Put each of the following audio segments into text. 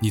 你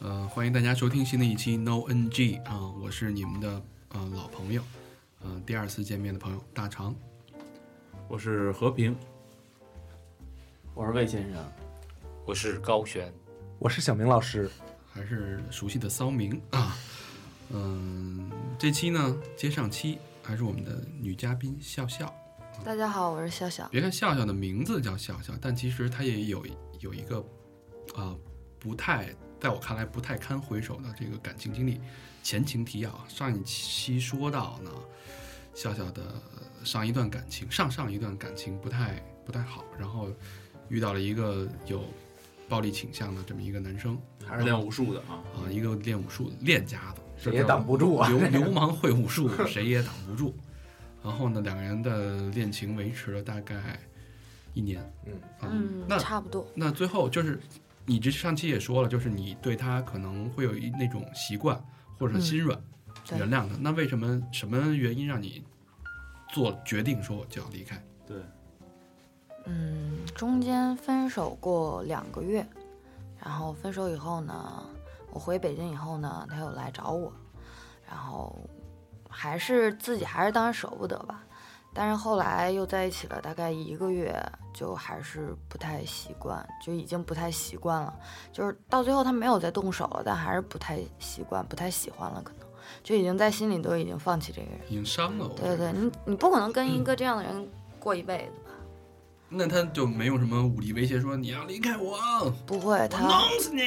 呃，欢迎大家收听新的一期 No NG 啊、我是你们的呃老朋友，呃，第二次见面的朋友大长。我是和平，我是魏先生，我是高璇，我是小明老师，还是熟悉的骚明啊。嗯，这期呢接上期还是我们的女嘉宾笑笑。大家好，我是笑笑。别看笑笑的名字叫笑笑，但其实她也有有一个啊、不太在我看来不太堪回首的这个感情经历。前情提要，啊上一期说到呢，笑笑的呃上一段感情，上上一段感情不太不太好，然后遇到了一个有暴力倾向的这么一个男生，还是练武术的啊。啊，一个练武术练家子，谁也挡不 住啊流流氓会武术，谁也挡不住。然后呢，两个人的恋情维持了大概一年。嗯嗯，那差不多。那最后就是，你这上期也说了，就是你对他可能会有一那种习惯或者心软，嗯对原谅他。那为什么什么原因让你做决定说我就要离开？对，嗯，中间分手过两个月，然后分手以后呢，我回北京以后呢，他又来找我，然后还是自己还是当时舍不得吧，但是后来又在一起了大概一个月，就还是不太习惯，就已经不太习惯了，就是到最后他没有再动手了，但还是不太习惯，不太喜欢了，可能就已经在心里都已经放弃这个人。已经伤了我。嗯对嗯对，你你不可能跟一个这样的人过一辈子吧？那他就没有什么武力威胁说你要离开我，不会，他弄死你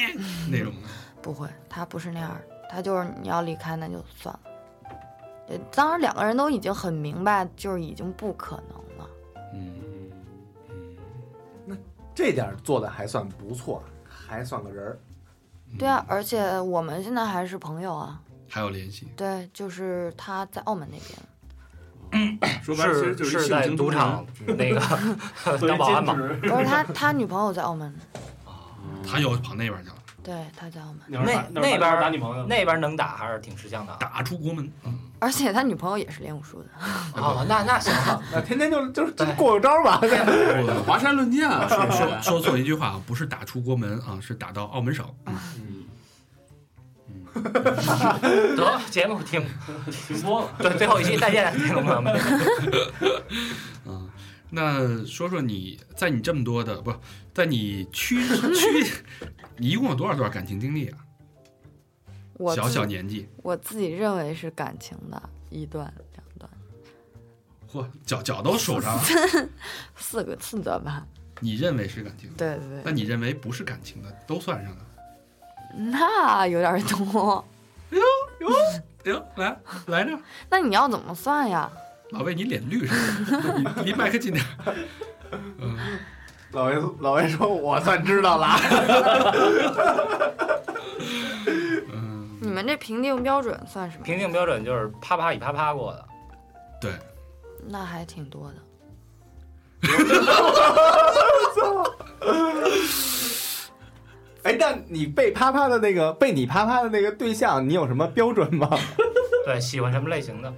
那种的。不会，他不是那样儿的，他就是你要离开那就算了。呃当然，两个人都已经很明白，就是已经不可能了。嗯，这点儿做的还算不错，还算个人 儿。对嗯啊，而且我们现在还是朋友啊。还有联系。对，就是他在澳门那边，说白了其实是就是一性在情赌中场那个人当保安嘛。做一兼职不是他，他女朋友在澳门，他又跑那边去了，对，他在澳门，要是打那那那边儿打女朋友，那边能打还是挺吃 香的啊打出国 门。而且他女朋友也是练武术的。哦，那那行，那天天就就就过个招儿吧。我华山论剑 啊，是不说是？说错一句话，啊不是打出国门啊，是打到澳门省。得节目 停，停播了。对，最后一期再见，听众朋友们。啊，那说说你在你这么多的不，在你区区，你一共有多少段感情经历啊？我小自小年纪，我自己认为是感情的一段、两段、嚯，脚脚都数上了。四个四段吧。你认为是感情，对对那对，你认为不是感情的都算上了。那有点多。哎呦，来来着，那你要怎么算呀？老魏你脸绿是吧？你离麦克近点儿。老魏老魏说：“我算知道了。嗯，你们这评定标准算什么？评定标准就是啪啪与啪啪过的，对，那还挺多的。 哎，那你被啪啪的那个被你啪啪的那个对象，你有什么标准 吗？对，喜欢什么类型的？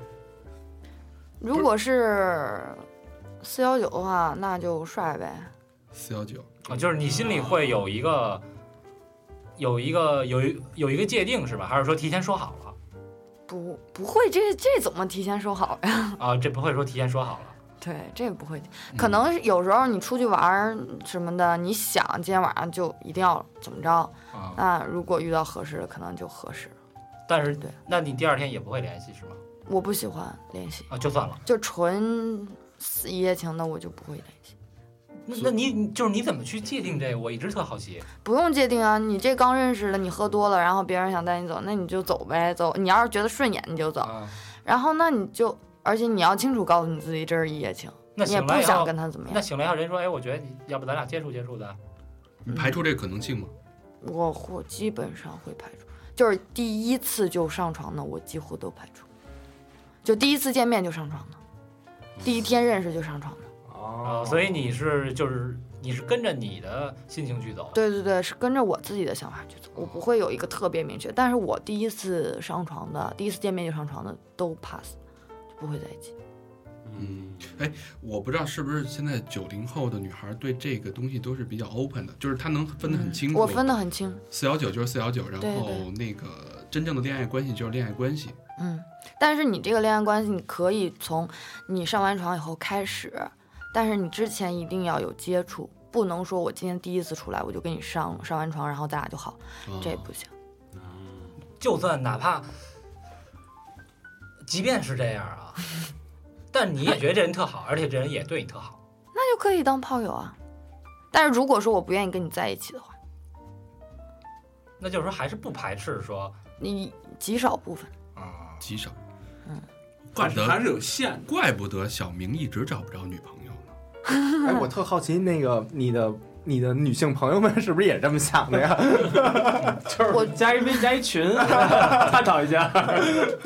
如果是四幺九的话，那就帅呗。四幺九，啊，就是你心里会有一个，有一个有一有一个界定是吧？还是说提前说好了？不，不会，这这怎么提前说好呀？ 啊，这不会说提前说好了。对，这不会。可能是有时候你出去玩儿什么的，你想今天晚上就一定要怎么着，啊，那如果遇到合适的，可能就合适了。但是对，那你第二天也不会联系是吗？我不喜欢联系，啊，就算了。就纯死一夜情的，我就不会联系。那那你你就是你怎么去界定这个？我一直特好奇。不用界定啊，你这刚认识的，你喝多了，然后别人想带你走，那你就走呗，走。你要是觉得顺眼，你就走。啊，然后那你就，而且你要清楚告诉你自己，这是一夜情，那你也醒不来以想后，跟他怎么那样。醒来以后人说，哎，我觉得你要不咱俩接触接触的。你排除这个可能性吗？我会基本上会排除，就是第一次就上床的，我几乎都排除，就第一次见面就上床的，第一天认识就上床的。哦哦啊，所 以你是就是你是跟着你的心情去走的，对对对，是跟着我自己的想法去走，我不会有一个特别明确。但是我第一次上床的，第一次见面就上床的都 pass，就不会在一起。嗯，哎我不知道是不是现在九零后的女孩对这个东西都是比较 open 的，就是她能分得很清楚。嗯我分得很清，四幺九就是四幺九，然对后对那个真正的恋爱关系就是恋爱关系。嗯。但是你这个恋爱关系，你可以从你上完床以后开始，但是你之前一定要有接触，不能说我今天第一次出来我就跟你上上完床，然后咱俩就好，啊这不行。就算哪怕，即便是这样啊，但你也觉得这人特好，而且这人也对你特好，那就可以当炮友啊。但是如果说我不愿意跟你在一起的话，那就是说还是不排斥说， 你极少部分，嗯，极少。嗯，怪还不是还得是有限的。怪不得小明一直找不着女朋友呢。哎，我特好奇那个你的你的女性朋友们是不是也这么想的 呀？我加一微加一群，探讨一下。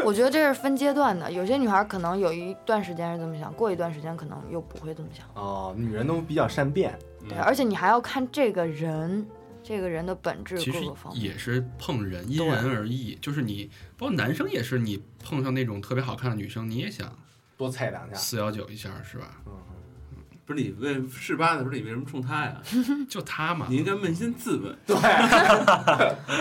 我觉得这是分阶段的，有些女孩可能有一段时间是这么想，过一段时间可能又不会这么想。哦，女人都比较善变，嗯嗯对，而且你还要看这个人，这个人的本质其各实个方面。也是碰人，因人而异。就是你，包括男生也是，你碰上那种特别好看的女生，你也想多踩两啊下。四幺九一下是吧？不是你为是吧的，不是你为什么冲他呀？嗯就他啊嘛你，应该扪心自问。对，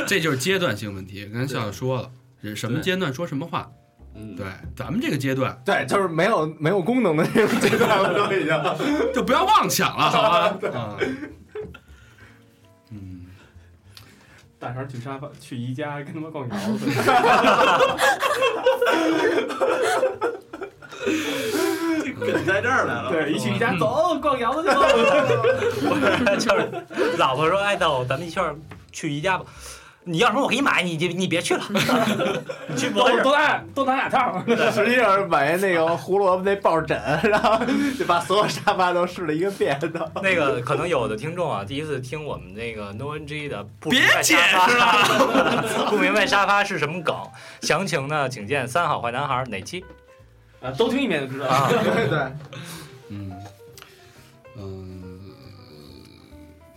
这就是阶段性问题。刚才笑笑说了，人什么对阶段说什么话。嗯，对，咱们这个阶段 对，就是没有没有功能的那种阶段 了，都已哎经。就不要妄想了，好 吧？啊，嗯，大肠去沙发，去宜家跟他们逛窑子。梗在这儿来了。 对，一去宜家走，逛窑子去吧。就是老婆说，哎，走，咱们一块儿去宜家吧。你要什么我给你买，你就你 别去了，你去不合多适。多拿多拿俩套。实际上是买那个胡萝卜那抱枕，然后就把所有沙发都试了一个遍的。那个可能有的听众啊，第一次听我们那个 No N G 的，不别明白解沙发释了。 不明白沙发是什么梗，详情呢，请见《三好坏男孩》哪期啊，都听一遍就知道了。啊？对对，嗯，嗯，呃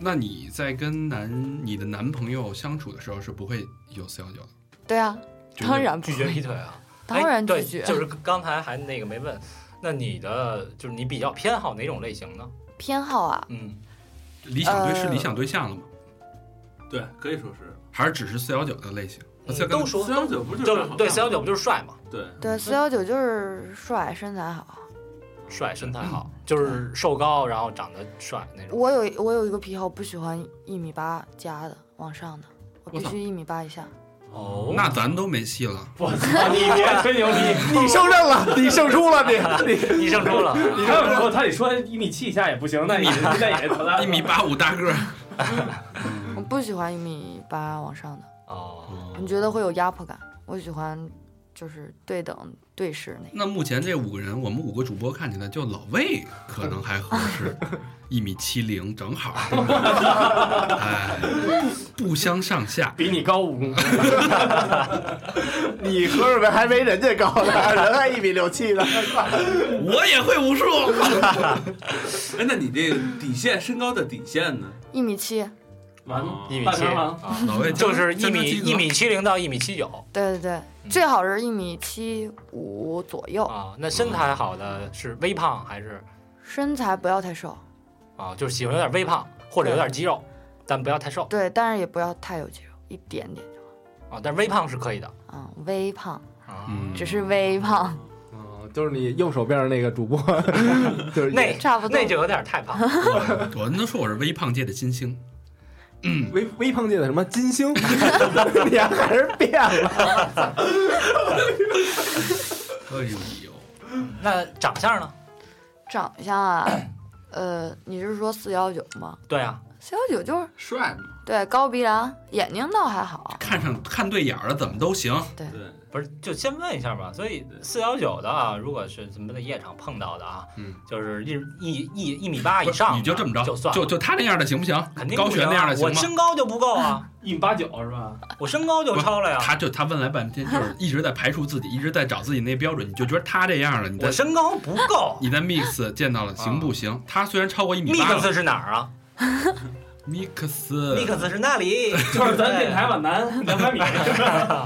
那你在跟男你的男朋友相处的时候是不会有四幺九的，对啊，绝对当然不拒绝会，劈腿啊？嗯当然哎拒对，绝。就是刚才还那个没问，那你的就是你比较偏好哪种类型呢？偏好啊，嗯，理想对呃是理想对象了吗？对，可以说是。还是只是四幺九的类型？嗯四都跟说四幺九不就是就是长对相四幺九不就是帅嘛，吗对对四幺九就是帅，身材好。帅身材好，就是瘦高然后长得帅那种。我有我有一个癖好，不喜欢一米八加的往上的，我我必操须一米八以下。哦那咱都没戏了。我操，你别吹牛逼！你胜任了，你胜出了，你 你你胜出了，你看我说，他得说一米七以下也不行，那你那也多大？ 一米八五大个儿，嗯我不喜欢一米八往上的， 哦，你觉得会有压迫感。我喜欢就是对等对视那个。那目前这五个人，我们五个主播看起来就老魏可能还合适，一米七零正好，哎，不不相上下。比你高五公分。你合着还没人家高呢，人还一米六七 呢。我也会武术，哎，那你这个底线身高的底线呢？一米七，完了，一米大七肠狼，啊，老魏就是一江哥米及格一米七零到一米七九对对对，最好是一米七五左右，嗯啊。那身材好的是微胖还是身材不要太瘦，啊？就是喜欢有点微胖或者有点肌肉，但不要太瘦对，但是也不要太有肌肉，一点点就好。啊。但微胖是可以的啊、微胖，啊。嗯，只是微胖，嗯，就是你右手边那个主播， 就是那差不多嗯那就有点太胖，我我都说我是微胖界的金星，微微胖界的什么金星， 你还是变了。哎呦，那长相呢？长相啊，呃，你是说四幺九吗？对啊，四幺九就是帅吗？对高鼻梁，眼睛倒还好，看上看对眼儿了，怎么都行。对对，不是，就先问一下嘛。所以四幺九的啊，如果是咱们在夜场碰到的啊，嗯，就是一一一一米八以上的，你就这么着，就算就了他那样的行不行？肯定高不行悬啊那样的行我吗？身高就不 够啊，一米八九是吧？我身高就超了呀。他就他问来半天，就是一直在排除自己，一直在找自己那标准，你就觉得他这样了，你在我身高不够。你在 Mix 见到了行不行？他虽然超过一米密八嗯克了斯是哪儿啊？密，Mix 克斯是 那里，就是咱电台往南两百米，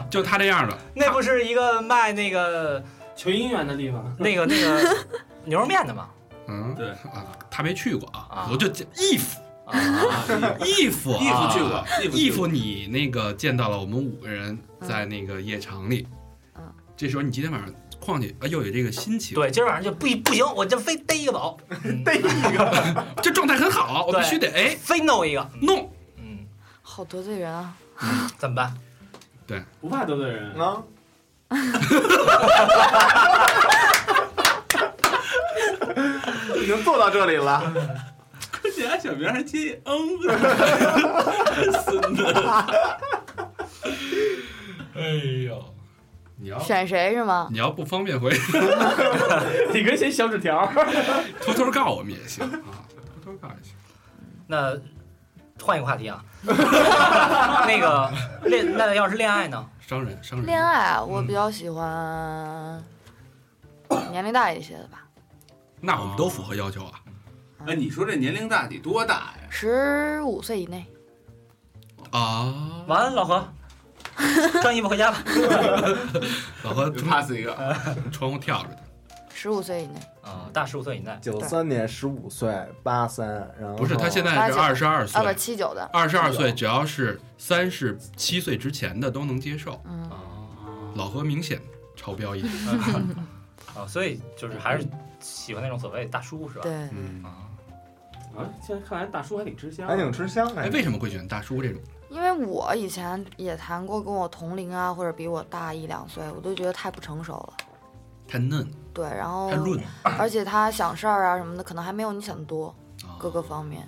就他这样的，那不是一个卖那嗯个 求姻缘的地方。那个那 个牛肉面的吗？嗯，对啊，他没去过啊啊，我就这衣服啊，衣服衣服去啊过，衣衣服你那个见到了我们五个人在那个夜场里，嗯，这时候你今天晚上况且啊又有这个心情，对，今儿晚上就不不行，我就非逮一个走，嗯逮一个，这状态很好，我必须得哎非弄一个，弄。嗯，好得罪人啊！怎么办？不怕得罪人， 啊，已经做到这里了，关键还小明还接一嗯， 孙子，哎呦，你要选谁是啊吗？你要不方便回， 你跟谁小纸条？偷偷告我们也 行啊，偷偷告也行。那换一个话题啊， 那个恋，那要是恋爱呢？商人，商人，恋爱啊我比较喜欢年龄大一些的吧，那我们都符合要求啊哎，你说这年龄大得多大呀？十五岁以内。啊！完了，老何，穿衣服回家吧。老何就从 pass 一个，窗户跳着的，十五岁以内，啊，大十五岁以内，九三年十五岁，八三，然后不是他现在八是九二十二啊不岁，七九的，二十二岁只要是三十七岁之前的都能接受。嗯，老何明显超标一点，啊，所以就是还是喜欢那种所谓大叔是吧？对，嗯，啊， 啊，现在看来大叔还挺吃香，啊还挺吃香哎，哎，为什么会选大叔这种？因为我以前也谈过跟我同龄啊，或者比我大一两岁，我都觉得太不成熟了。太嫩，对，然后太论而且他想事儿啊什么的，可能还没有你想的多，啊各个方面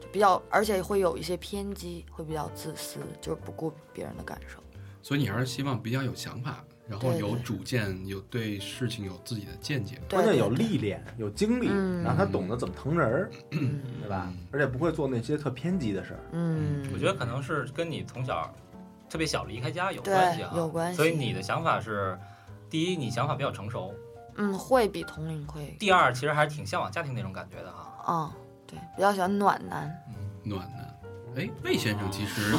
就比较，而且会有一些偏激，会比较自私，就是不顾别人的感受。所以你还是希望比较有想法，然后对有对主见，有对事情有自己的见解。对关键对有对历练，有经历，嗯然后他懂得怎么疼人儿，嗯对吧嗯？而且不会做那些特偏激的事儿。嗯，我觉得可能是跟你从小特别小离开家有对关系啊，有关系所以你的想法是，第一，你想法比较成熟；嗯会比同龄会第二，其实还是挺向往家庭那种感觉的哈。啊、对，比较喜欢暖男，暖男。哎，哦魏先生其 实，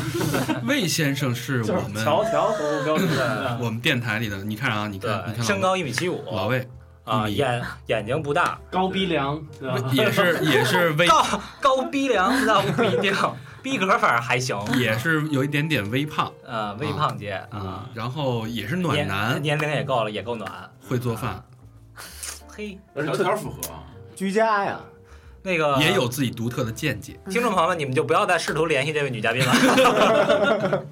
魏先生是就我是们条条和目标准 我们电台里的，你看啊，你看，你对，看身高一米七五，老魏啊，一米眼眼睛不大，高鼻梁，对吧？也 是也是微，高高鼻梁那不一定，逼格反正还行，也是有一点点微胖呃，微胖姐啊啊，，然后也是暖年男，年龄也够了，也够暖。会做饭，嘿，而条且特条符合。啊居家呀，那个也有自己独特的见解。嗯听众朋友们，你们就不要再试图联系这位女嘉宾了。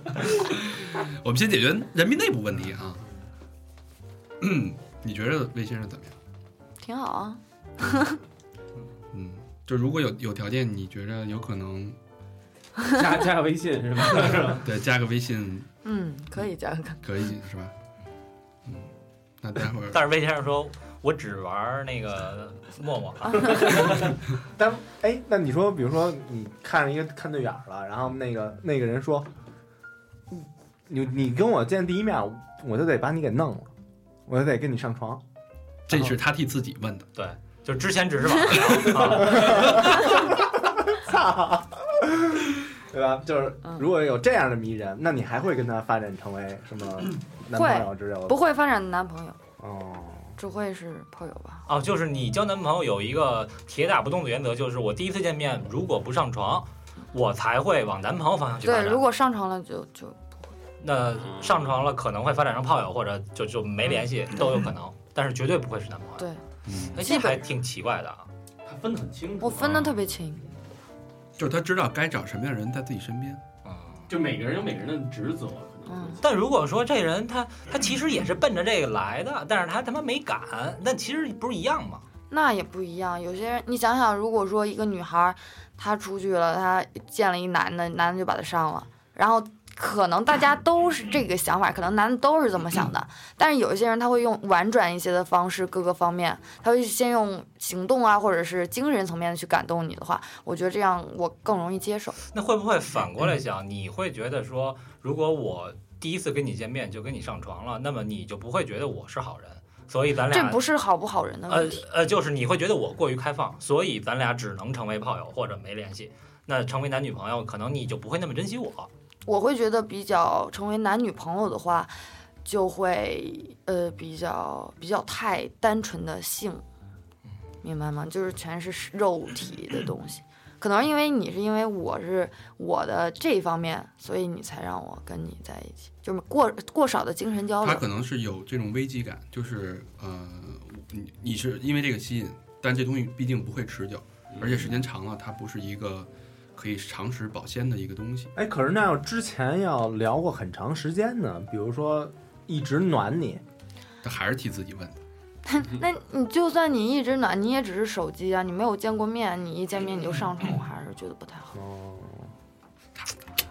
我们先解决人民内部问题啊。嗯，你觉得魏先生怎么样？挺好啊。嗯，就如果有有条件，你觉着有可能加加个微信是吧？对加个微信嗯，可以加个可以是吧？嗯，那待会儿但是魏先生说，我只玩那个陌陌，但哎，那你说，比如说你看着一个看对眼儿了，然后那个那个人说，你你跟我见第一面，我就得把你给弄了，我就得跟你上床，这是他替自己问的。就之前只是网聊啊，对吧？就是嗯如果有这样的迷人，那你还会跟他发展成为什么男朋友之类的？ 嗯不会发展男朋友，哦，只会是炮友吧？ 哦，就是你交男朋友有一个铁打不动的原则，就是我第一次见面如果不上床，我才会往男朋友方向去发对，展如。果上床了就就那上床了可能会发展成炮友，或者就就没联系都有可能，但是绝对不会是男朋友。嗯对嗯，哎，基这本还挺奇怪的啊。他分得很清我楚，分的特别清，就是他知道该找什么样的人在自己身边。嗯， 就每个人有每个人的职责，可能嗯是。但如果说这人他他其实也是奔着这个来的，但是他他妈没敢，那其实不是一样吗？那也不一样。有些人，你想想，如果说一个女孩儿她出去了，她见了一男的，男的就把她上了，然后可能大家都是这个想法，可能男的都是这么想的，但是有一些人他会用婉转一些的方式，各个方面，他会先用行动啊，或者是精神层面的去感动你的话，我觉得这样我更容易接受。那会不会反过来想，你会觉得说，如果我第一次跟你见面就跟你上床了，那么你就不会觉得我是好人，所以咱这俩不是好不好人的啊呃问题，呃，就是你会觉得我过于开放，所以咱俩只能成为炮友或者没联系。那成为男女朋友，可能你就不会那么珍惜我。我会觉得比较成为男女朋友的话，就会呃比较比较太单纯的性，明白吗？就是全是肉体的东西。可能因为你是因为我是我的这一方面，所以你才让我跟你在一起，就是过过少的精神交他流。可能是有这种危机感，就是呃，你你是因为这个吸引，但这东西毕竟不会持久，而且时间长了，它不是一个可以长时保鲜的一个东西。哎，可是那要之前要聊过很长时间呢，比如说一直暖你，他还是替自己问，那你就算你一直暖，你也只是手机啊，你没有见过面，你一见面你就上床，我还是觉得不太好。哦，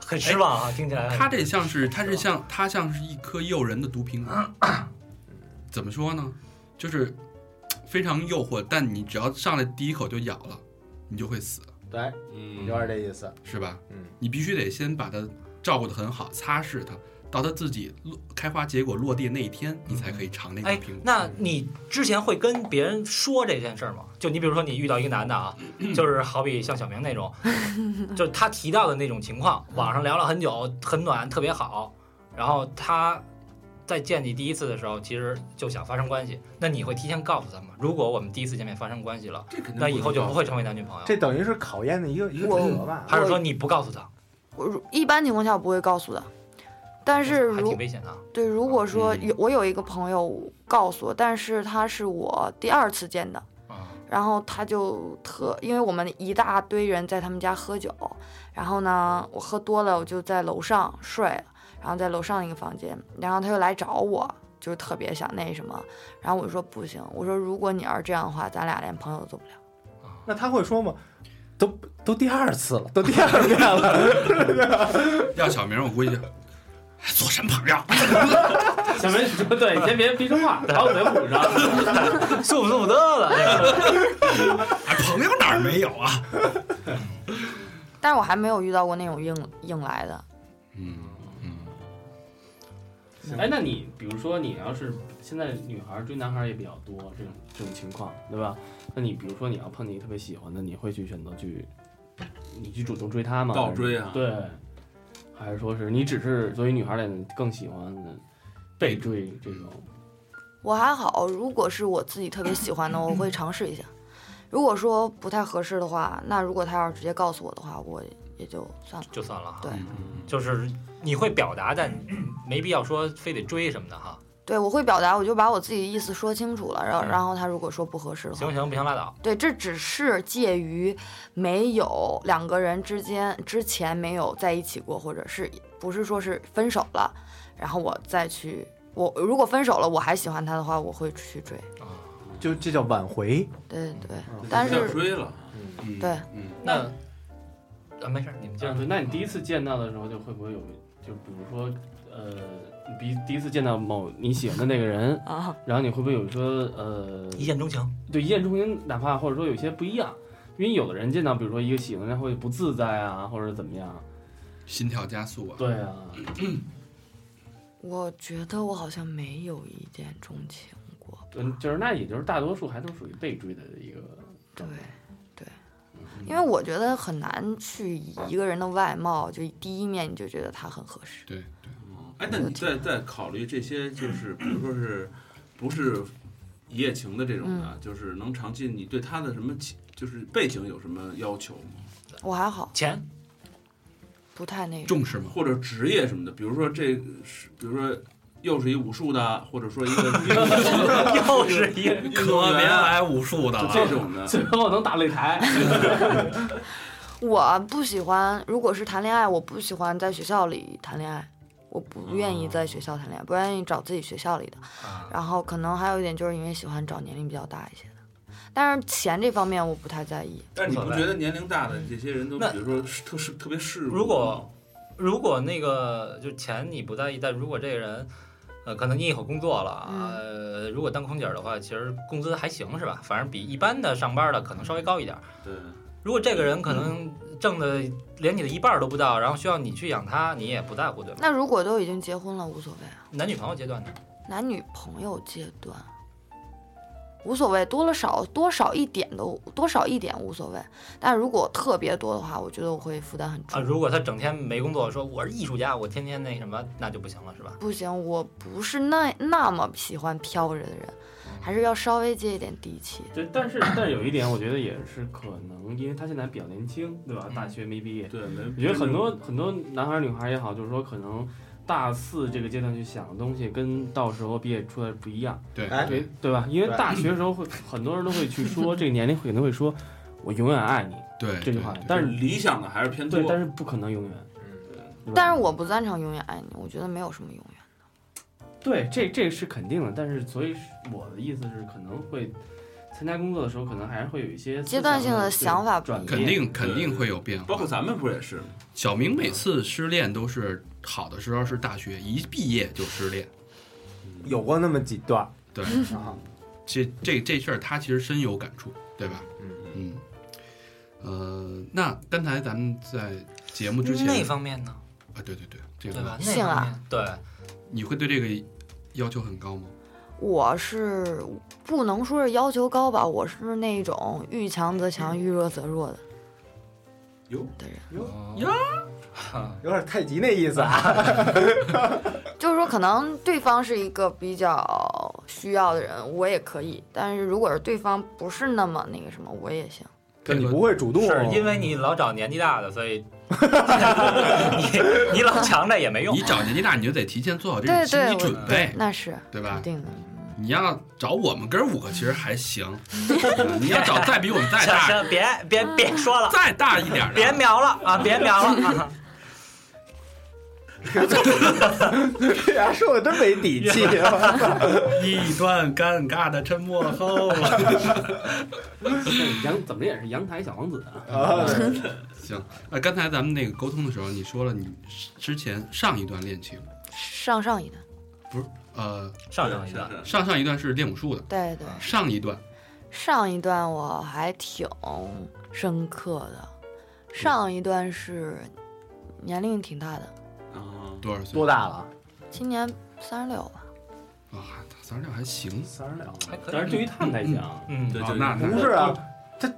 很失望啊，听起来很他这像哎是他是像他像是一颗诱人的毒苹果，怎么说呢？就是非常诱惑，但你只要上来第一口就咬了，你就会死，对，嗯有点这意思，是吧？嗯，你必须得先把它照顾得很好，擦拭它，到它自己落开花结果落地那一天，你才可以尝那个哎苹果。，那你之前会跟别人说这件事儿吗？就你比如说，你遇到一个男的啊，就是好比像小明那种，就是他提到的那种情况，网上聊了很久，很暖，特别好。然后他在见你第一次的时候，其实就想发生关系。那你会提前告诉他吗？如果我们第一次见面发生关系了，这肯定那以后就不会会成为男女朋友，这等于是考验的一个一个我准则吧？还是说你不告诉他，我如一般情况下我不会告诉的，但是还如挺危险的啊。 对，如果说嗯有我有一个朋友告诉我，但是他是我第二次见的，啊然后他就特，因为我们一大堆人在他们家喝酒，然后呢，我喝多了，我就在楼上睡了，然后在楼上一个房间，然后他又来找我，就特别想那什么，然后我就说不行，我说如果你要是这样的话，咱俩连朋友都做不了。那他会说吗？都都第二次了，都第二遍 了，要小明，我估计就还做什么朋友？ 哎小明说对，先别别说话，把我嘴捂 上。受不受不得了？这个哎，朋友哪儿没有啊？但是我还没有遇到过那种硬硬来的，嗯嗯，哎，那你比如说你要是现在女孩追男孩也比较多，这种这种情况，对吧？那你比如说你要碰见一个特别喜欢的，你会去选择去，你去主动追她吗？倒追啊，对，还是说是你只是作为女孩来讲更喜欢被追这种？我还好，如果是我自己特别喜欢的，我会尝试一下。如果说不太合适的话，那如果他要是直接告诉我的话，我也就算了。就算了哈。对就是你会表达，但没必要说非得追什么的哈。对，我会表达，我就把我自己的意思说清楚了。然后，然后他如果说不合适的行话，行，不行拉倒。对，这只是介于没有两个人之间之前没有在一起过，或者是不是说是分手了，然后我再去。我如果分手了，我还喜欢他的话，我会去追。就这叫挽回。对对，不但想是追了，嗯对，嗯，那啊，没事儿，你们接这着样说说，那你第一次见到的时候，就会不会有，就比如说，呃，你第第一次见到某你喜欢的那个人，啊，然后你会不会有说，呃，一见钟情。对一见钟情，哪怕或者说有些不一样，因为有的人见到，比如说一个喜欢的人会不自在啊，或者怎么样？心跳加速啊，对啊，我觉得我好像没有一见钟情过。嗯，就是那也就是大多数还都属于被追的一个 对状态。，对，因为我觉得很难去以一个人的外貌，就第一面你就觉得他很合适。对对，哎，那你再再考虑这些，就是比如说是，不是一夜情的这种的，就是能长期，你对他的什么起就是背景有什么要求吗？我还好，钱不太那种。重视吗？或者职业什么的，比如说这是，比如说又是一武术的，或者说一个又是一个 运动可别员啊，来武术的就了，这种的。最后能打擂台，我不喜欢，如果是谈恋爱，我不喜欢在学校里谈恋爱，我不愿意在学校谈恋爱，不愿意找自己学校里的。啊，然后可能还有一点就是因为喜欢找年龄比较大一些的，但是钱这方面我不太在意。但是你不觉得年龄大的这些人都，比如说是特是特别世故吗？如果如果那个就钱你不在意，但如果这个人，呃，可能你以后工作了嗯啊，呃，如果当空姐儿的话，其实工资还行是吧？反正比一般的上班的可能稍微高一点儿。对，如果这个人可嗯能挣的连你的一半儿都不到，然后需要你去养他，你也不在乎对吧？那如果都已经结婚了，无所谓啊，男女朋友阶段呢？男女朋友阶段无所谓，多了少多少一点都多少一点无所谓。但如果特别多的话，我觉得我会负担很啊，重。如果他整天没工作，说我是艺术家，我天天那什么，那就不行了是吧？不行，我不是那那么喜欢飘着的人，还是要稍微接一点地气。对，但是但是有一点，我觉得也是可能，因为他现在比较年轻，对吧？嗯大学没毕业，对，没。我觉得很多很多男孩儿女孩儿也好，就是说可能大四这个阶段去想的东西，跟到时候毕业出来不一样，对哎对对吧？因为对大学时候会很多人都会去说，这个年龄会可能会说，我永远爱你对这句对话对，但但是是理想的还是偏多对，，但是不可能永远。对吧嗯但是我不赞成永远爱你，我觉得没有什么永远。对这这是肯定的，但是所以是我的意思是，可能会参加工作的时候，可能还是会有一些思阶段性的对想法不转一变肯定肯定会有变化。包括咱们不也是吗？小明每次失恋都是好的时候是大学，一毕业就失恋。有过那么几段儿对，嗯啊，这这这事儿他其实深有感触，对吧？嗯呃，那刚才咱们在节目之前那方面呢？啊，对对对，这对个吧？那性方啊面对，你会对这个要求很高吗？我是不能说是要求高吧，我是那种遇强则嗯强，遇弱则弱的。哟的人，有点太极那意思 啊。就是说，可能对方是一个比较需要的人，我也可以；但是如果是对方不是那么那个什么，我也行。就你不会主动，是因为 你老找年纪大的，所以 你你老强着也没用你。找年纪大你就得提前做好这种对心对理准备，那是对肯吧？定的。你要找我们哥五个其实还行，你要找再比我们再行大行，别别别说了， 再大一点儿的，别瞄了啊，别瞄了啊！这俩啊说的真没底 气。啊一段尴尬的沉默 后， 那阳怎么也是阳台小王子啊， 啊行，那呃刚才咱们那个沟通的时候，你说了你之前上一段恋情，上上一段，呃，上上一段，是啊上上一段是练武术的，对对，嗯上一段上一段我还挺深刻的，嗯上一段是年龄挺大的，啊，多少岁？多大了？今年三十六吧。啊，咱俩还行，三十两。还可以但是对于他们来讲，嗯，对啊就那那不是啊，他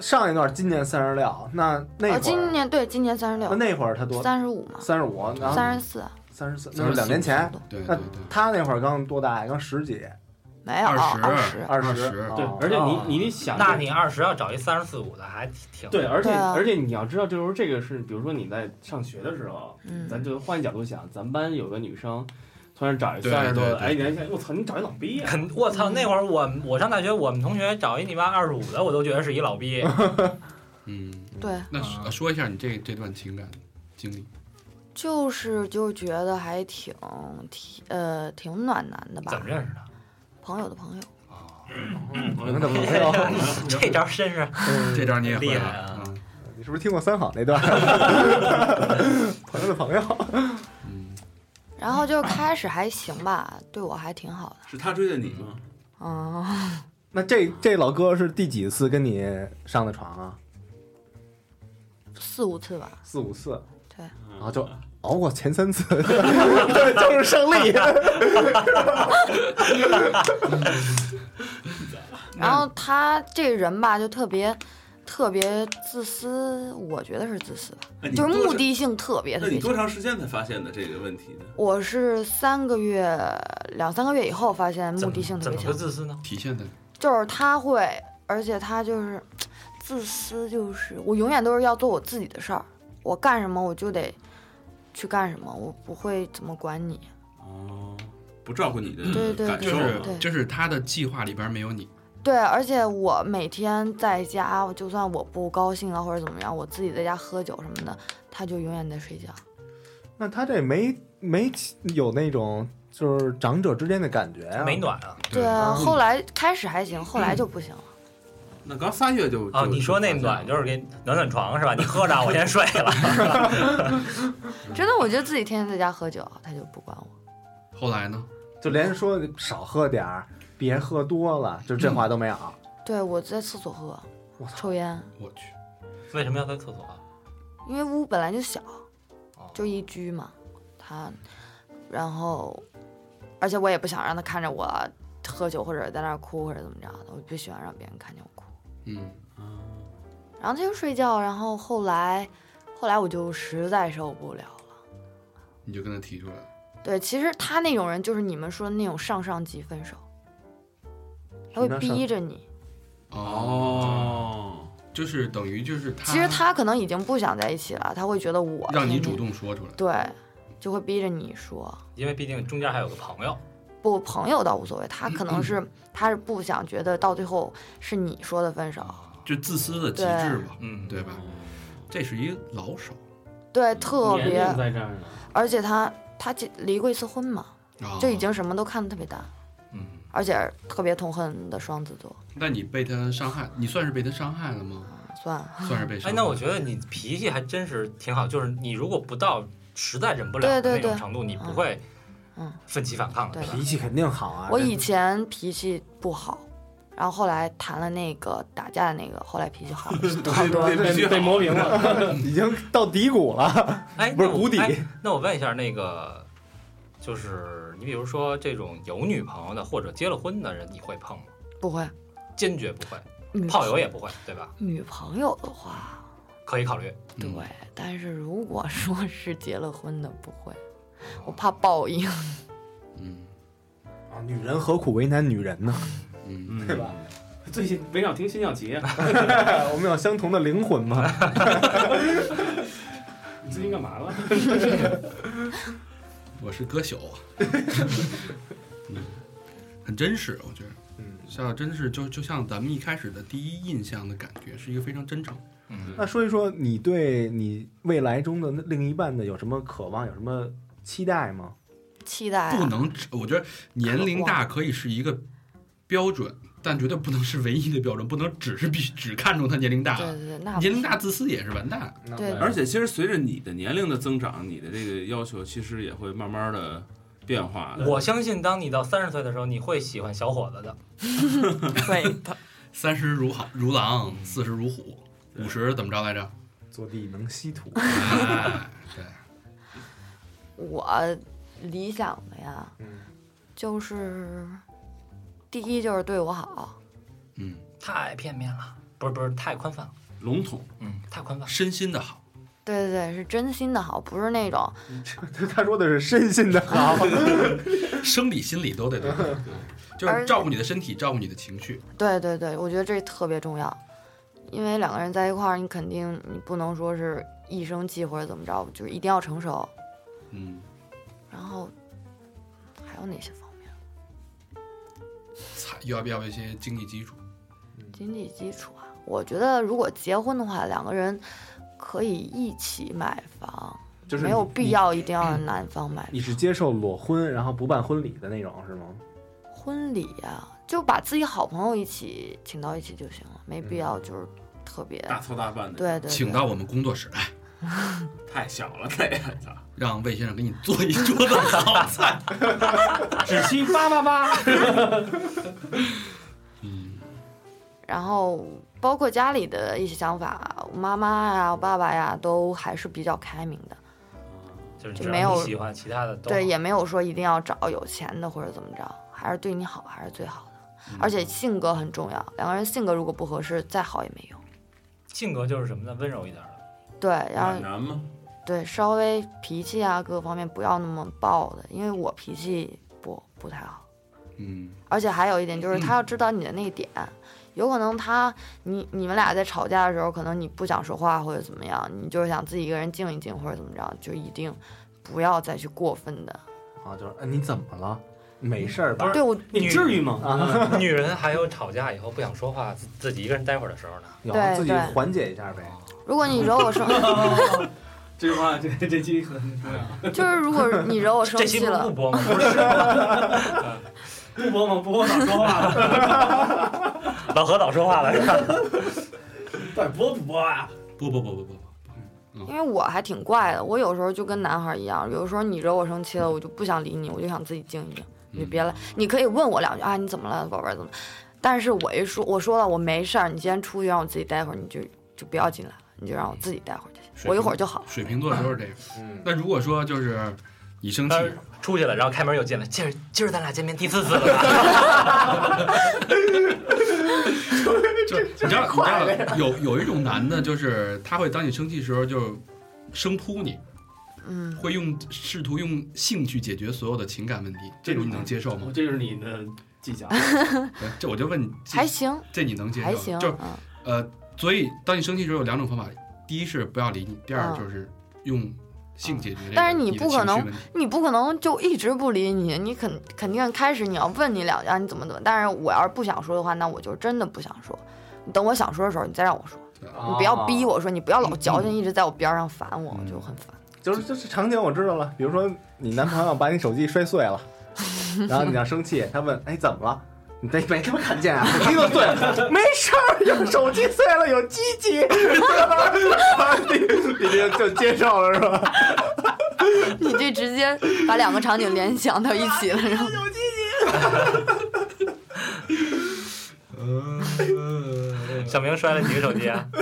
上一段今年三十六，那那会哦，儿今年对，今年三十那六，那会儿他多三十五嘛，三十五，然后三十四，啊三十四， 34那是两年前。对那对对，他那会儿刚多大呀？刚十几，没有20二十，二20啊对，而且哦你你得想，那你二十要找一三十四五的，还挺对，而且对啊而且你要知道，就是这个是，比如说你在上学的时候，咱嗯，就换一角度想，咱们班有个女生突然找一对三十多的，对对哎，你还想，我操，你找一老逼啊！肯，我操！那会儿我我上大学，我们同学找一你妈二十五的，我都觉得是一老逼。嗯，对，那说说一下你这这段情感经 历，就是就觉得还挺挺呃挺暖男的怎吧么，认识的？朋友的朋友，啊你们怎么没有？这招身上 这招你也会厉了害啊嗯你是不是听过三好那段？ 朋友的朋友，嗯，然后就开始还行吧，对我还挺好的，是他追的你吗？嗯， 那这这老哥是第几次跟你上的床啊？四五次吧，四五次，对，然后就熬过前三次， 对，就是胜 利。然后他这人吧就特别。特别自私，我觉得是自私吧，哎你就是多目长的性特别那特你别强多。长时间才发现的这个问题呢？我是三个月、两三个月以后发现怎目么的性特怎别么个强，自私呢？体现在就是他会，而且他就是自私，就是我永远都是要做我自己的事儿，我干什么我就得去干什么，我不会怎么管你。哦，不照顾你的对对感就受对啊，是对就是他的计划里边没有你，对，而且我每天在家，我就算我不高兴啊或者怎么样，我自己在家喝酒什么的，他就永远在睡觉。那他这没没有那种就是长者之间的感觉呀、没暖啊，对，啊后来开始还行，后来就不行了。那刚仨月就啊，你说那么短就是给暖暖床是吧？你喝着，我先睡了。 真的，我就自己天天在家喝酒，他就不管我。后来呢？就连说少喝点儿，别喝多了，就这话都没有。对我在厕所喝我，操抽烟，我去，为什么要在厕所啊？因为屋本来就小，哦就一居嘛，他，然后，而且我也不想让他看着我喝酒或者在那儿哭或者怎么着的，我不喜欢让别人看见我哭。嗯，然后他就睡觉，然后后来，后来我就实在受不了了。你就跟他提出来了，对，其实他那种人就是你们说的那种上上级分手，他会什么上逼着你。哦，就是等于就是他，其实他可能已经不想在一起了，他会觉得我让你天天主动说出来，对，就会逼着你说。因为毕竟中间还有个朋友，不，朋友倒无所谓，他可能是他是不想觉得到最后是你说的分手，就自私的极致嘛，嗯，啊对吧？这是一老手对，特年别龄，在这儿呢，而且他他结离过一次婚嘛，啊，就已。经什么都看得特别淡，嗯，而且特别痛恨的双子座，那你被他伤害，你算是被他伤害了吗？算算是啊被伤害。哎，那我觉得你脾气还真是挺好，就是你如果不到实在忍不了对的对那种对程度，你不嗯会嗯奋起反抗的，对吧脾？气肯定好啊。我这以前脾气不好，然后后来谈了那个打架的那个，后来脾气好了好多对了。对 被被磨平了。 已经到低谷了，哎，不是那我谷底哎那我问一下，那个就是你比如说这种有女朋友的或者结了婚的人，你会碰吗？不会，坚决不会，女泡友也不会，对吧？女朋友的话，可以考虑。对嗯，但是如果 说是结了婚的，不会，我怕报应。 嗯啊女人何苦为难女人呢？嗯，嗯对吧？最近围绕听辛晓琪， 我们有相同的灵魂吗？你最近干嘛了？我是歌手，啊 嗯，很真实，我觉得嗯，像真是就就像咱们一开始的第一印象的感觉，是一个非常真诚。嗯， 那说一说你对你未来中的另一半的有什么渴望，有什么期待吗？期待、啊、不能只，我觉得年龄大可以是一个标准，但绝对不能是唯一的标准，不能只是必只看重他年龄大对了。对对，那年龄不大自私也是完蛋。那对而且其实随着你的年龄的增长，你的这个要求其实也会慢慢的变化嗯的。我相信当你到三十岁的时候，你会喜欢小伙子的。 会三十如好如狼，四十如虎，对五十怎么着来着？坐地能吸土， 哎，对，我理想的呀，嗯就是第一就是对我好，嗯， 太片面了，不是不是太宽泛了，笼统，嗯，太宽泛了。身心的好。对对对，是真心的好，不是那种他说的是身心的好， 生理、心理都得对，嗯就是照顾你的身体，照顾你的情绪。对对对，我觉得这特别重要，因为两个人在一块儿，你肯定你不能说是一生气或者怎么着，就是一定要成熟。嗯，然后还有哪些方面？财要不要一些经济基础？经济基础啊，我觉得如果结婚的话，两个人可以一起买房， 就是没有你必。要一定要男方买房。你你是接受裸婚，然后不办婚礼的那种是吗？婚礼呀、就把自己好朋友一起请到一起就行了，没必要就是特别、嗯大操大办的，对对对请到我们工作室来， 太小了，这个操，让魏先生给你做一桌子好菜。 只需八八八。嗯，然后包括家里的一些想法，我妈妈呀、我爸爸呀，都还是比较开明的，就是就只没要你有喜欢，其他的都对，好也没有说一定要找有钱的或者怎么着，还是对你好还是最好嗯的。而且性格很重要，两个人性格如果不合适，再好也没用。性性格就是什么呢？温柔一点的。对，然后暖男吗？对稍微脾气啊各个方面不要那么暴的，因为我脾气不不太好。嗯，而且还有一点就是，他要知道你的那个点，有可能他你你们俩在吵架的时候，可能你不想说话或者怎么样，你就是想自己一个人静一静或者怎么着，就一定不要再去过分的。啊，就是哎你怎么了？没事儿吧？对我你至于吗？ 女人还有吵架以后不想说话，自自己一个人待会儿的时候呢，有对自己对缓解一下呗。如果你惹我 生，这句话，这这期很重要。就是如果你惹我生这期气不不了，播吗？不是， 不播吗？不播早说话。老何早说话了是 吧？到底播不播啊？不不不不不不，因为我还挺怪的，我有时候就跟男孩一样，有时候你惹我生气了，我就不想理你，我就想自己静一静，你就别嗯来。你可以问我两句啊，你怎么了，宝贝儿怎么？但是我一说我说了我没事儿，你今天出去让我自己待会儿，你就就不要进来了，你就让我自己待会儿就行，我一会儿就好了。水瓶座都是这个。嗯，那如果说就是你生气，但是出去了，然后开门又进来，今儿今儿咱俩见面第四次了 吧？ 就是你知道你知道有有一种男的，就是他会当你生气的时候就生扑你，嗯，会用试图用性去解决所有的情感问题，这种你能接受吗我？这就是你的技巧。对这我就问你，这还行，这你能接受吗？还行，就是嗯呃，所以当你生气的时候有两种方法，第一是不要理你，第二就是用性解决这个嗯但是你你的不可情绪能问题你不可能就一直不理你，你肯肯定开始你要问你两句，啊你怎么怎么。但是我要是不想说的话，那我就真的不想说。你等我想说的时候，你再让我说， 你不要逼我。我说，你不要老矫情，一直在我边上烦我，嗯就很烦。就是就是场景我知道了，比如说你男朋友把你手机摔碎了，然后你要生气，他问哎怎么了？你这没他妈看见啊， 手机都碎了，没事儿，有手机碎了有机器， 你你就就接受了是吧？你这直接把两个场景联想到一起了，然后呃小明摔了几个手机啊？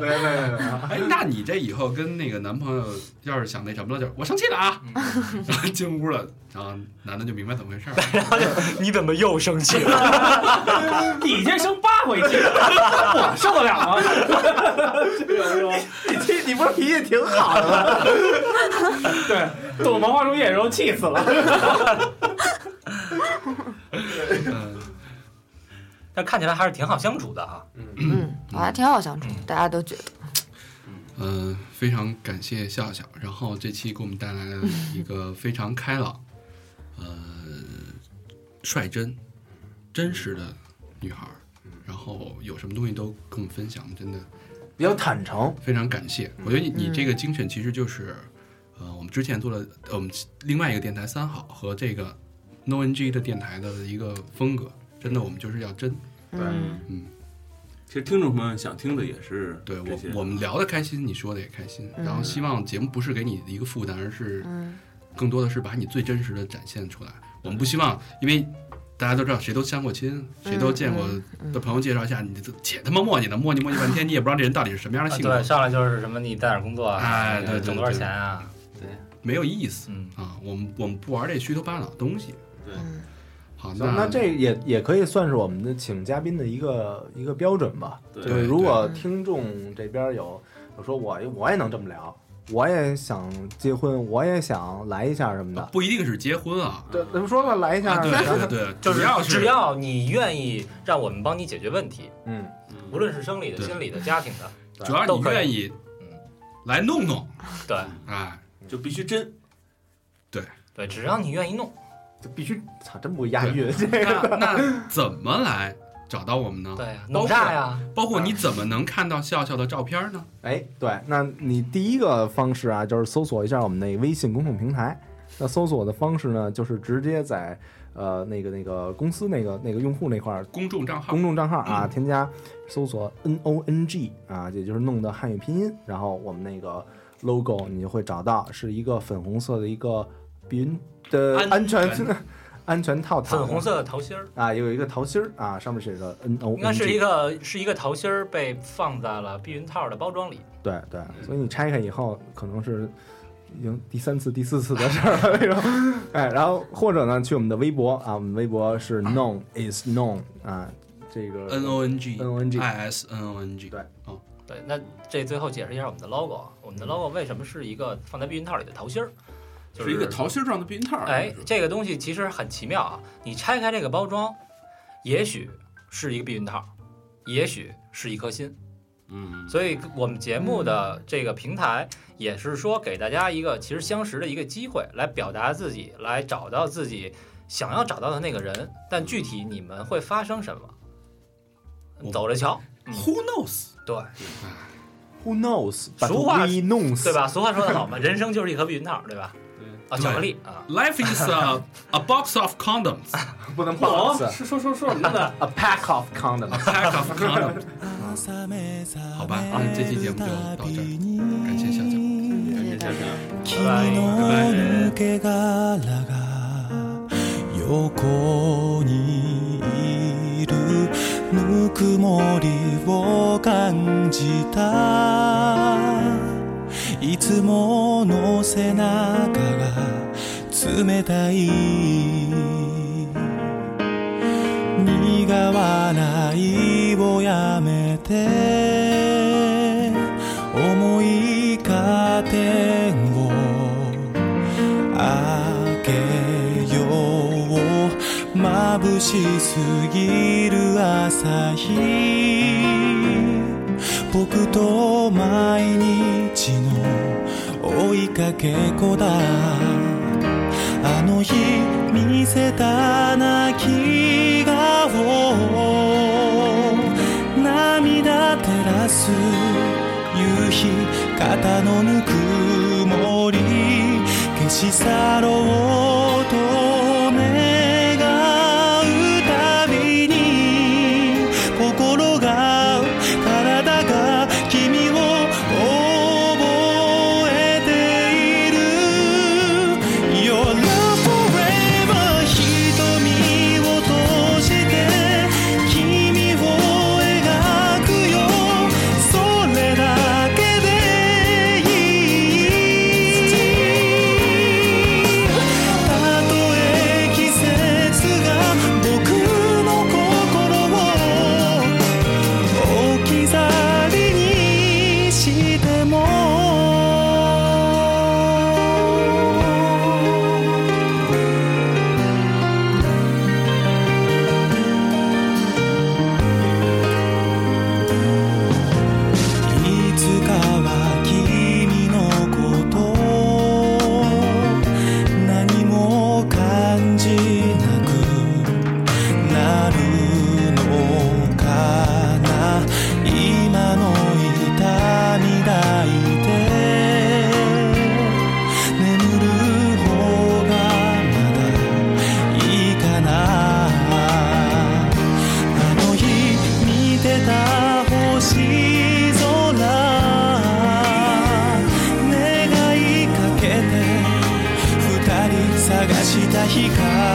没没没没， 哎，那你这以后跟那个男朋友要是想那什么了，就是我生气了啊，然后 进屋了，然后男的就明白怎么回事儿了。 你怎么又生气了？ 啊你这生八回气， 我受得了吗？这个 是吧？你这 你不是脾气挺好的吗？ 对，懂文化中叶的时候气死了。嗯，但看起来还是挺好相处的啊。嗯，我还挺好相处，大家都觉得嗯，非常感谢笑笑，然后这期给我们带来了一个非常开朗、呃率真、真实的女孩儿，然后有什么东西都跟我们分享，真的比较坦诚，非常感谢。我觉得你你嗯这个精神其实就是，呃，我们之前做了呃我们另外一个电台三好和这个 No NG 的电台的一个风格，真的我们就是要真。嗯，其实听众朋友们想听的也是对这些我，我们聊的开心，你说的也开心，然后希望节目不是给你一个负担，而是嗯更多的是把你最真实的展现出来。我们不希望，因为大家都知道，谁都相过亲，谁都见嗯过嗯的朋友介绍一下，你这且他妈磨叽呢，磨叽磨叽半天，你也不知道这人到底是什么样的啊性对，格，上来就是什么你在哪儿工作啊？哎对对挣多少钱啊？没有意思嗯，啊！我们我们不玩这虚头巴脑的东西。嗯，好，那那这也也可以算是我们的请嘉宾的一个一个标准吧。对啊就是如果听众这边有，我说我我也能这么聊，我也想结婚，我也想来一下什么的。不一定是结婚啊，对，怎么说呢？来一下，啊对对对，就是只要只是要你愿意让我们帮你解决问题， 嗯，无论是生理的、对心理的、家庭的，主要都你可以愿意嗯来弄弄，对哎，就必须真，对，只要你愿意弄，这必须，操，真不押韵。这个那那怎么来找到我们呢？对啊，包弄括炸呀，包括你怎么能看到笑笑的照片呢？ 哎，对，那你第一个方式啊，就是搜索一下我们那微信公众平台。那搜索的方式呢，就是直接在呃那个那个公司那个那个用户那块儿公众账号公众账号嗯啊，添加搜索 N O N G 啊，也就是弄的汉语拼音，然后我们那个 logo 你就会找到，是一个粉红色的一个避孕的安安全全 安全套套粉红色的桃心儿，啊，有一个桃心儿啊，上面写着 N O 应该 N 是一 G，个是一个桃心儿被放在了避孕套的包装里，对对，所以你拆开以后可能是。已经第三次、第四次的事儿了，那 种，哎，然后或者呢，去我们的微博啊，我们微博是 known is known 啊，这个 N O N G N O N G，哎 I oh, S N O N G，对对，那这最后解释一下我们的 logo 啊，我们的 logo 为什么是一个放在避孕套里的桃心儿？就是一个桃心状的避孕套。哎，这个东西其实很奇妙啊！你拆开这个包装，也许是一个避孕套，也许是一颗心。嗯，所以我们节目的这个平台也是说给大家一个其实相识的一个机会，来表达自己，来找到自己想要找到的那个人。但具体你们会发生什么，我走着瞧。嗯，Who knows？对 Who knows？俗话 we knows，对吧？俗话说得好嘛，人生就是一颗避孕套，对吧？对啊，巧克力啊， Life is a a box of condoms, 不能哦哎抱，啊死。是说说说什么呢？ A pack of condoms。 pack of condoms。好吧，那这期节目就到这儿，感谢夏夏。嗯谢谢大家。拜拜。抜け殻が横にいるぬくもりを感じたいつもの背中が冷たい苦笑いをやめて重いカーテンを開けよう眩しすぎる朝日僕と毎日の追いかけっこだあの日見せた泣き顔涙照らす夕日肩のぬくもり消し去ろうと願うたびに心が体が君を覚えている Your love forever 瞳を閉じて君を描くよそれだけでいいたとえ季節が僕の心を置き去りにしてもいつかは君のこと何も感じなくなるのかな今の痛み抱いて眠る方がまだいいかなあの日見てた星空願いかけて二人探した光